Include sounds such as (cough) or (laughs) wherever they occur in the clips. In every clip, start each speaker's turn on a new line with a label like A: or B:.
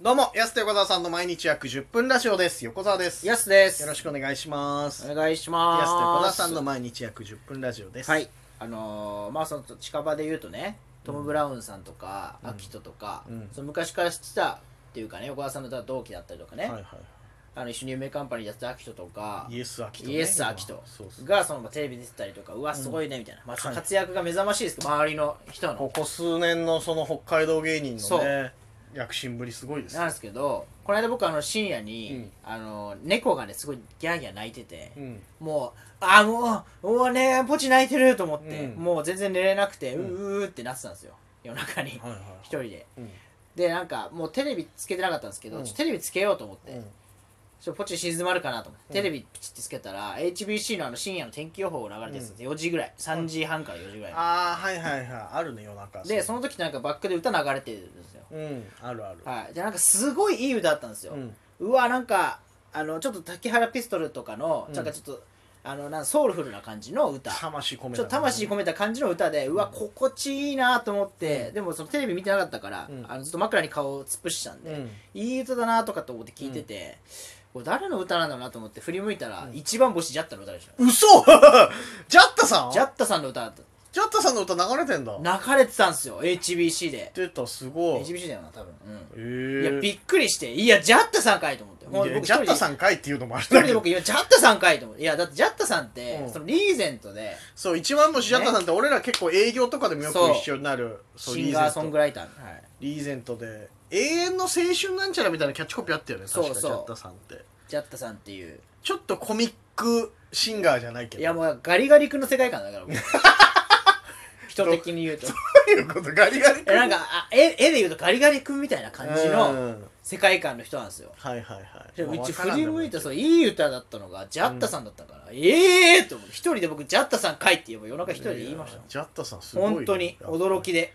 A: どうも、安手横澤さんの毎日約10分ラジオです。横澤です。
B: やすです。
A: よろしくお願いします。安
B: お願いし
A: 手
B: ます。
A: 横澤さんの毎日約10分ラジオです。
B: はい。あのーまあその近場で言うとね、トム・ブラウンさんとか、アキトとか、
A: うん
B: その昔から知ってたっていうかね、横田さんの同期だったりとか
A: は
B: ね、
A: いはい。
B: あの一緒に夢カンパニーやってたアキトとか、
A: イエス・アキト、
B: イエス・アキト
A: そうそう。
B: がそのテレビ出てたりとか、うわ、すごいねみたいな、まあ、ちょっと活躍が目覚ましいですけど、周りの人の。
A: ここ数年のその北海道芸人
B: そ
A: の
B: う
A: ね、躍進ぶりすごいです。
B: なんですけど、この間僕、あの深夜に、あの猫がね、すごいギャーギャー泣いてて。
A: うん。
B: もう、あーもう、もうね、ポチ泣いてると思って、
A: うん
B: もう全然寝れなくて、うんうーってなってたんですよ。夜中に、
A: はいはい。
B: 一人で。
A: うん。
B: で、なんか、もうテレビつけてなかったんですけど、
A: うん
B: ちょっとテレビつけようと思って、
A: うん。
B: ちょっとポチ静まるかなと思って、テレビピチってつけたら、HBC のあの深夜の天気予報が流れてるんですよ。4時ぐらい。3時半から4時ぐらい。
A: ああ、はいはいはい。あるね、夜中。
B: で、その時ってなんかバックで歌流れてるんですよ。
A: うん、あるある。
B: はい。で、なんかすごいいい歌だったんですよ。
A: うん。
B: うわなんかあのちょっと竹原ピストルとかの、
A: うん
B: なんかちょっとあのなんかソウルフルな感じの歌ち
A: 魂込めたね
B: ょっと魂込めた感じの歌でうわ心地いいなと思って、でもそのテレビ見てなかったから、
A: うん
B: あのずっと枕に顔を突っ伏してたんで、
A: うん。
B: いい歌だなとかと思って聞いてて、これ誰の歌なんだろうなと思って振り向いたら、一番星ジャッタの歌でした
A: 嘘 (laughs) ジャッタさん
B: ジャッタさんの歌だっ
A: ジャッタさんの歌流れてんだ。
B: た流れてたんですよ HBC で
A: 出た、すごい。
B: HBC だよな多分、
A: え
B: うん
A: ー
B: いやびっくりしていやジャッタさんかいと思ってもう
A: いや
B: 僕
A: ジャッタ
B: 一人で
A: さんかいっていうのもあれ
B: 一
A: だ
B: 人
A: け
B: で
A: ど
B: 僕、いや、ジャッタさんかいと思って。いや、だってジャッタさんって、
A: うん
B: そのリーゼントで、
A: そう一万星ジャッタさんって俺ら結構営業とかでもよく
B: そう
A: 一緒になるそう
B: シンガーソング
A: ライ
B: ライター。はい。
A: リーゼントで永遠の青春なんちゃらみたいなキャッチコピーあったよね確
B: そ
A: か
B: う
A: ジ
B: そう
A: ャッタさんって
B: ジャッタさんっていう。
A: ちょっとコミックシンガーじゃないけ
B: い
A: ど
B: や、もうガリガリ君の世界観だか
A: (laughs)
B: ら、僕人的に言うと。
A: どういうことガリガリ
B: え
A: 君
B: なんか、あ絵絵で言うとガリガリ君みたいな感じ
A: う
B: の
A: ん
B: 世界観の人なんですよ。
A: はいはいは
B: で
A: い
B: もう
A: まあ
B: ち
A: わからん
B: 振
A: で
B: り
A: もな
B: 向
A: い
B: いた、そう、いい歌だったのが、ジャッタさんだったから、ええーと思って、一人で僕、ジャッタさんかいって言えば夜中一人で言いました
A: や
B: もん。
A: ジャッタさんすごいね
B: 本当に、驚き
A: ジ
B: で。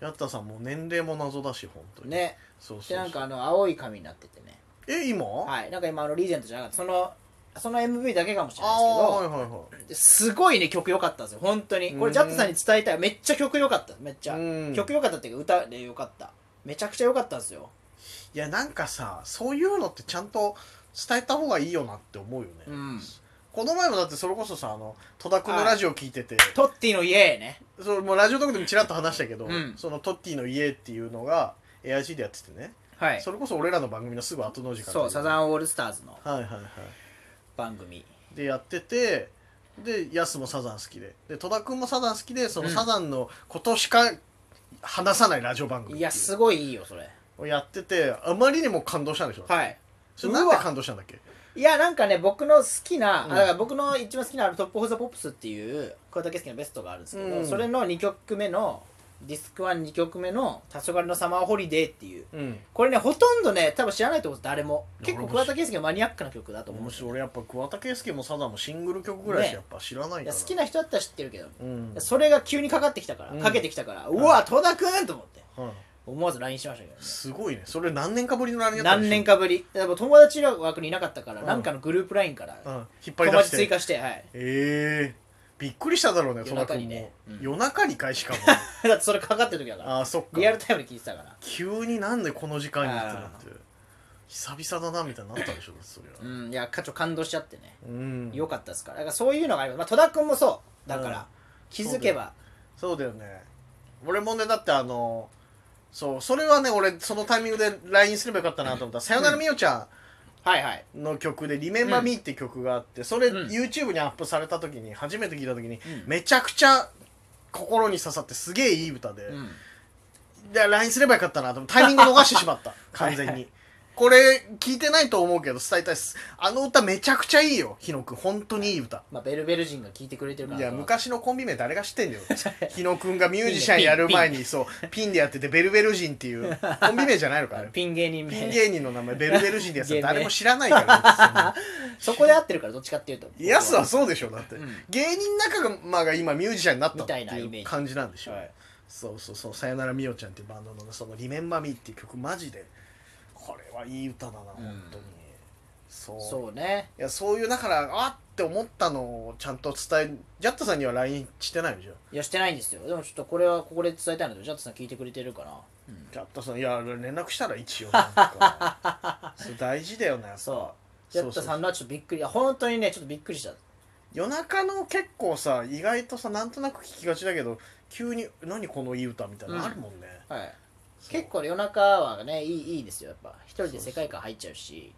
A: ャッタさんもう年齢も謎だし本当に
B: ね。
A: そうそうそ
B: で、
A: う
B: なんか、あの、青い髪になっててね。
A: え今あ
B: はい、なんか今あのリーゼントじゃなかったそのその MV だけかもしれない
A: あはい
B: で
A: はいは
B: すけどすごいね曲良かったんですよ本当にこ
A: うん
B: れジャットさんに伝えたいめっちゃ曲良かっためっちゃ
A: うん
B: 曲良かったっていうか歌で良かっためちゃくちゃ良かったんですよ
A: いいやなんかさそういうのってちゃんと伝えた方がいいよなって思うよね
B: うん
A: この前もだってそれこそさあの戸田君のラジオ聞いてて、
B: トッティの家ね
A: それもうラジオトークでもちらっと話したけど、
B: うん
A: そのトッティの家っていうのが AIG でやっててね、
B: はい
A: それこそ俺らの番組のすぐ後の時間
B: そうサザ
A: ン
B: ンオールスターズの
A: はいはいは
B: 番組
A: いでやっててでヤスもサザン好きでで戸田君もサザン好きでその
B: うん
A: サザンのことしか話さないラジオ番組
B: い
A: ってい
B: やすごいいいよそれ
A: うをやっててあまりにも感動したんでしょ、
B: はい
A: それなんで感動したんだっけ
B: いやなんかね僕の好きな、
A: うん
B: あだから僕の一番好きなあのトップ・オブ・ザ・ポップスっていう桑田佳祐のベストがあるんですけど、
A: うん
B: それの2曲目のディスク12曲目の「黄昏のサマーホリデー」っていう
A: うん
B: これねほとんどね多分知らないと思うんです誰も
A: いや
B: 結構
A: 俺も
B: 桑田佳祐がマニアックな曲だと思う
A: 面
B: んですよ
A: 白い俺やっぱ桑田佳祐もサザンもシングル曲ぐらいしかやっぱ知らないから、
B: いや好きな人だったら知ってるけど、
A: うん
B: それが急にかかってきたから、
A: うん
B: かけてきたからうわ戸田くんと思って
A: はい
B: 思わず LINE しましたけどね
A: すごいねそれ何年かぶりのラインやったんで
B: 何
A: しょ
B: 年かぶりでも友達の枠にいなかったから、
A: うん
B: なんかのグループ LINE から
A: うん引っ張り出
B: 友
A: し
B: 達
A: て
B: 追加してはい (laughs)
A: ええびっくりしただろうね
B: 夜中に
A: 戸田
B: ね
A: 君も
B: うん
A: 夜中に開始
B: (laughs)
A: かも
B: だってそれかかってる時だから
A: あーそっか
B: リアルタイムで聞いてたから
A: 急になんでこの時間にってなって久々だなみたいになったでしょそれ
B: う
A: は
B: んいや課長感動しちゃってね
A: うん
B: よかったですからだからそういうのがあれば、まあ、戸田君もそうだから、
A: うん
B: 気づけば
A: そうだよね俺もねだってあのそうそれはね俺そのタイミングで LINE すればよかったなと思った「さよならみよちゃ
B: はいはい
A: ん」の曲で「リメンバーミーって曲があってそれ
B: うん
A: YouTube にアップされた時に初めて聞いた時に
B: うん
A: めちゃくちゃ心に刺さってすげえいい歌で、
B: うん
A: で LINE すればよかったなと思ってタイミング逃してしまった完全にこれ聞いてないと思うけど伝えたいですあの歌めちゃくちゃいいよ日野くん本当にいい歌
B: まあベルベル人が聞いてくれてるから
A: いや昔のコンビ名誰が知ってん
B: (laughs)
A: だよ日野くんがミュージシャンやる前にそうピンでやっててベルベル人っていうコンビ名じゃないのかあ
B: あ
A: れ
B: の (laughs) ピン芸人
A: ピン
B: 名
A: 芸人の名前ベルベル人でやつは
B: 芸名
A: 誰も知らないから
B: そこで合ってるからどっちかっていうと
A: ヤスはそうでしょだって、
B: うん
A: 芸人仲間が今ミュージシャンになったって
B: みたいなイメ
A: い
B: ー
A: う
B: ジ
A: 感じなんでしょ、
B: はい
A: そうそうそう「さよならみおちゃん」っていうバンドのねその「リメンバーミーっていう曲マジでこれはいい歌だな、
B: うん
A: 本当にそう
B: そうね
A: いやそういうだからあって思ったのをちゃんと伝えジャットさんには LINE してないでしょ
B: いやしてないんですよでもちょっとこれはここで伝えたいのでジャットさん聞いてくれてるかな
A: ちょっとそのいや連絡したら一応なんかそれ大事だよねやっぱ
B: そうやったさんのはちょっとびっくりいや本当にねちょっとびっくりした
A: 夜中の結構さ意外とさなんとなく聞きがちだけど急に「何このいい歌」みたいなのあるもんね、
B: はい
A: そう
B: 結構ね夜中はねいいいいですよやっぱ一人で世界観入っちゃうし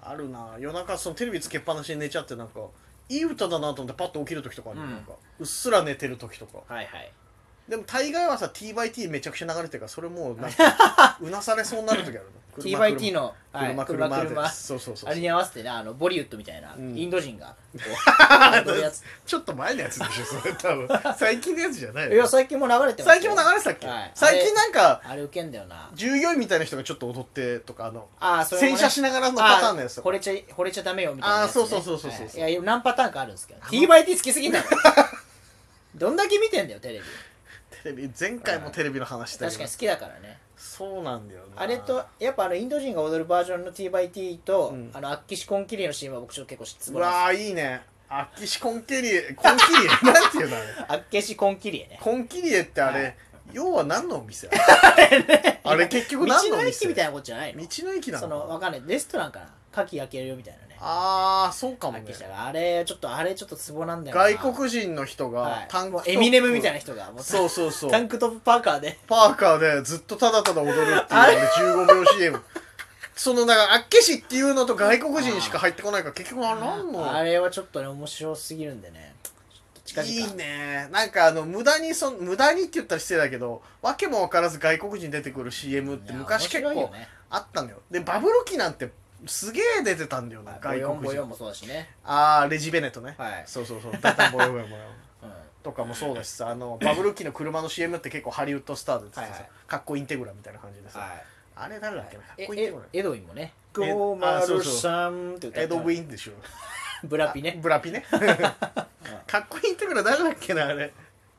A: あるな夜中そのテレビつけっぱなしに寝ちゃってなんかいい歌だなと思ってパッと起きる時とかあるよ、
B: うん
A: なんかうっすら寝てる時とか
B: はいはい
A: でも大概はさ TYT めちゃくちゃ流れてるからそれもうなん
B: (laughs)
A: かうなされそうになる時あるの
B: TYT のはい
A: 車車車で
B: 車
A: そうそうそ
B: あ
A: う
B: れに合わせてねあのボリウッドみたいな、
A: うん
B: インド人がこう
A: (laughs)
B: 踊るやつ
A: ちょっと前のやつでしょそれ多
B: (laughs)
A: 分最近のやつじゃない
B: い
A: の
B: や最近も流れてます
A: 最
B: よ
A: 近も流れてたっけ、
B: はい
A: 最近なんか
B: あれウケんだよな
A: 従業員みたいな人がちょっと踊ってとかあの
B: ああそれも、ね、
A: 洗車しながらのパターンのやつ
B: あ
A: とか
B: ー惚れちゃい惚れちゃダメよみたいなや
A: あ
B: つ、
A: ーそうそうそうそうそう
B: はいいや何パターンかあるんですけど TYT 好きすぎん
A: (laughs)
B: だよどんだけ見てんだよテレビ
A: テレビ前回もテレビの話だけ
B: 確
A: ど
B: かに好きだからね
A: そうなんだよな
B: あれとやっぱあのインド人が踊るバージョンの TYT と、
A: うん
B: あのアッキシコンキリエの CM は僕ちょっと結構
A: う
B: つぼなん
A: わーいいねアッキシコンキリエコンキリエ (laughs) なんていうのあれ
B: ですアッケシコンキリエね
A: コンキリエってあれ、
B: はい
A: 要は何のお店あれ結
B: 道
A: 局何のお
B: の
A: 店
B: 駅みたいなことじゃないの
A: 道の駅な
B: そ
A: のかな
B: のわかんないレストランかな牡蠣焼けるよみたいなね
A: ああそうかも
B: アッ
A: ね
B: ケシだからあれちょっとあれちょっとツボなんだよな
A: 外国人の人
B: は
A: が
B: い
A: タンクトップ
B: エミネムみたいな人がもう
A: そうそうそう
B: タンクトップパーカーで
A: パーカーでずっとただただ踊るっていう
B: あ
A: あ
B: れ
A: れ15秒 CM そのなんかあっけしっていうのと外国人しか入ってこないから結局あれなんの
B: あれはちょっとね面白すぎるんでねちょっと近
A: い
B: 々
A: いねなんかあの無駄にその無駄にって言ったら失礼だけどわけも分からず外国人出てくる CM って昔
B: い
A: 結
B: や面白いよ
A: 構
B: ね
A: あったのよでバブル期なんてすげえ出てたんだよな外
B: ボヨンボ
A: 国
B: ヨ
A: 人
B: ンもそうだしね
A: ああレジベネとね、
B: はい
A: そうそうそうダタンボ (laughs) ヨボヨボヨ
B: うん
A: とかもそうだしさあの
B: (laughs)
A: バブル期の車の CM って結構ハリウッドスターで出てさ、
B: はいはい
A: かっこインテグラみたいな感じでさ、
B: はい
A: あれ誰だっけな、かっ
B: え
A: こいい
B: え
A: ねこれ。
B: エドウィンもね「
A: え
B: 503」さんって歌
A: エ
B: って
A: ド・ウ
B: ブ
A: ィンでしょ。
B: ラピね
A: ブラピ
B: (laughs)
A: ね。 (laughs) かっこいいってくら誰だっけな、あれ。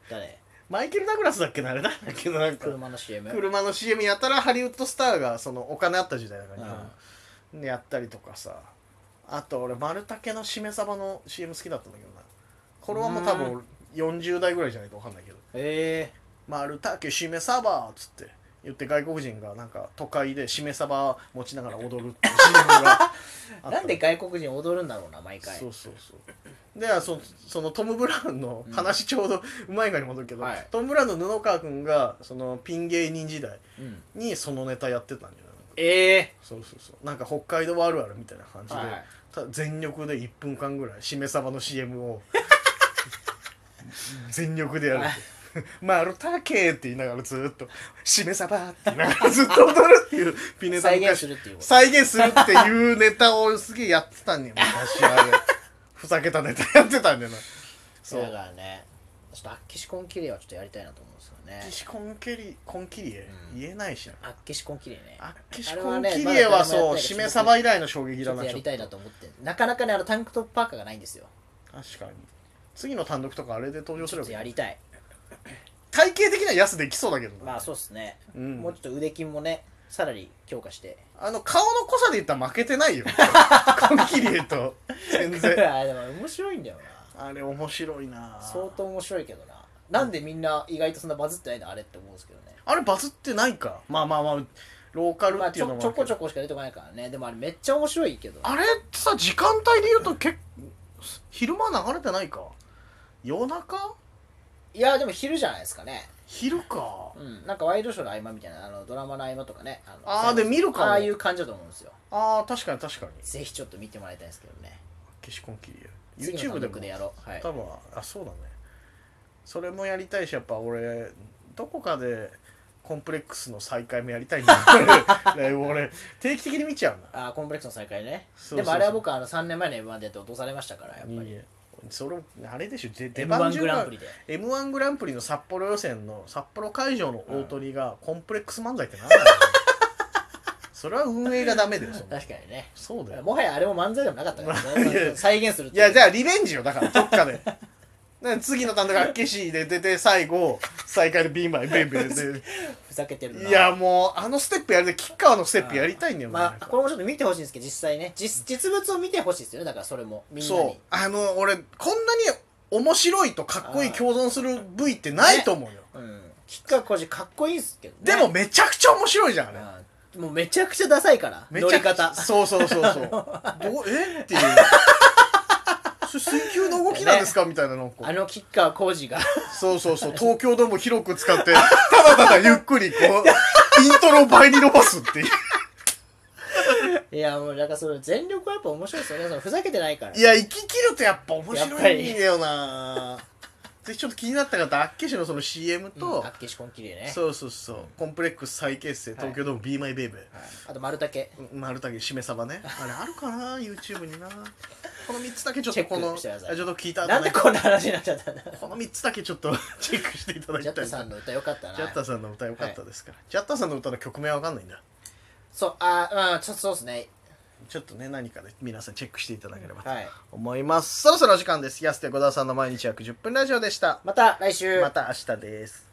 B: 誰
A: マイケル・ダグラスだっけな、あれ誰だっけな、なんか。
B: 車の CM
A: 車の CM やたらハリウッドスターがそのお金あった時代だから、ね、やったりとかさあと俺丸竹のしめ鯖の CM 好きだったんだけどなこれはもう多
B: う
A: 分40代ぐらいじゃないか分かんないけど
B: え
A: 丸竹しめ鯖っつって言って外国人がなんか都会でしめ鯖持ちながら踊るっていう CM があ
B: ー
A: った
B: (laughs) なんで外国人踊るんだろうな毎回
A: そうそうそうでそそのトム・ブラウンの話ちょうどうまい具合に戻るけど、
B: はい
A: トム・ブラウンの布川君がそのピン芸人時代
B: うん
A: にそのネタやってたんじゃない
B: ええ
A: そうそうそうなんか北海道あるあるみたいな感じで、
B: はい
A: た全力で1分間ぐらいしめ鯖の CM を全力でやる
B: はい
A: 「丸竹」って言いながらずっと「しめ鯖」って言いながらずっと踊るっていうピネタ
B: 再現するっていうこと
A: 再現するっていうネタをすげえやってたんね昔あれふざけたネタやってたんだよなそ
B: だか
A: う
B: らねちょっとアッキシコンキリエはちょっとやりたいなと思うんですよね
A: アッキシコンキリコンキリエ、言えないしな
B: アッキシコンキリエね
A: アッキシ
B: あれ
A: コ
B: は
A: ン
B: ね
A: キリエは
B: まだ誰もや
A: そ
B: ってな
A: う
B: い
A: しめ鯖以来の衝撃
B: ち
A: だ
B: ょっと
A: な
B: や
A: ちょ
B: り
A: っと
B: たいなと思ってなかなかねあのタンクトップパーカーがないんですよ
A: 確かに次の単独とかあれで登場す
B: ちょ
A: れ
B: っ
A: ば
B: と
A: いい
B: やりたい
A: 体型的には安できそうだけどな、
B: まあそうっすね
A: うん
B: もうちょっと腕筋もねさらに強化して
A: あの顔の濃さで言ったら負けてない
B: (laughs)
A: よコンキリエと全然
B: あでも面白いんだよ
A: あれ面白いな
B: な相当面白いけどななんでみんな意外とそんなバズってないのあれって思うんですけどね
A: あれバズってないかまあまあまあローカル
B: まあ
A: って
B: ち
A: いう
B: ょ
A: のも
B: ち
A: あ
B: ょ
A: るけ
B: こ
A: ど
B: ちょこしか出てこないからねでもあれめっちゃ面白いけど
A: あれってさ時間帯で言うと結構昼間流れてないか夜中
B: いやでも昼じゃないですかね
A: 昼か
B: うんなんかワイドショーの合間みたいなあのドラマの合間とかねあの
A: あーで見るかも
B: ああいう感じだと思うんですよ
A: あー確かに確かに
B: ぜひちょっと見てもらいたいんですけどね
A: 消しコンキリエ
B: 次の
A: YouTube
B: 単
A: で
B: 独
A: も
B: でやろうはい
A: 多分あそうだねそれもやりたいしやっぱ俺どこかでコンプレックスの再開もやりたいんだ
B: (laughs)
A: よね俺定期的に見ちゃうな
B: あーコンプレックスの再開ね
A: そうそうそう
B: でもあれは僕あの3年前の m 1でやって落とされましたからやっぱり
A: それあれでしょで
B: m 1グランプリで
A: m 1グランプリの札幌予選の札幌会場の大鳥がコンプレックス漫才ってなんだ
B: (laughs)
A: よそれは運営がダメだよそんな
B: 確かにね
A: そうだよ
B: (laughs) もはやあれも漫才でもなかったから
A: いや (laughs)
B: ね再現するっ
A: い
B: てう
A: やじゃあリベンジよだからどっかでなんか次の単独はケシーで出て最後再開でビーマイベイベーで
B: ふざけてるない
A: やもうあのステップやりたいキッカーのステップやりたいんだよ、
B: まあ
A: 俺
B: これもちょっと見てほしいんですけど実際ね実実物を見てほしいですよねだからそれもみんなに
A: そうあの俺こんなに面白いとかっこいい共存する部位ってないと思うよ、
B: うん、吉川晃司かっこいいっすけどね
A: でもめちゃくちゃ面白いじゃんあれ
B: うんもうめちゃくちゃダサいから
A: め
B: 乗
A: ちゃ
B: り
A: くちゃ
B: 方
A: そうそうそう
B: (laughs)
A: そうどうえっていう (laughs) それ水球の動きなんですかみたいななんか
B: あの吉川晃司が (laughs)
A: そうそうそう東京ドーム広く使ってただただゆっくりこうイントロを倍に伸ばすっていう
B: いやもうなんかその全力はやっぱ面白いですよねそのふざけてないから
A: いや生き切るとやっぱ面
B: やっぱ
A: 白い
B: り
A: んだよなぜひちょっと気になった方あっけしのその CM
B: うん
A: と
B: あ、っけしこんきれいね
A: そうそうそうコンプレックス再結成東京ドーム BeMyBaby、
B: はいあと丸竹
A: 丸竹しめ鯖ねあれあるかな YouTube になこの3つだけちょっとこ
B: チェッ
A: の
B: クしてください
A: あちょっと聞いた後ね
B: なんでこんな話になっち
A: (laughs)
B: ゃったんだ
A: この3つだけちょっと (laughs) チェックしていただき
B: ジャッ
A: たい
B: タさんの歌よかったな
A: ジャッタさんの歌良かったですから、ジャッタさんの歌の曲名は分かんないんだ
B: そうあまあちょっとそうですね
A: ちょっとね何かで皆さんチェックしていただければと
B: はい
A: 思います、そろそろお時間です安手小沢さんの毎日約10分ラジオでした
B: また来週
A: また明日です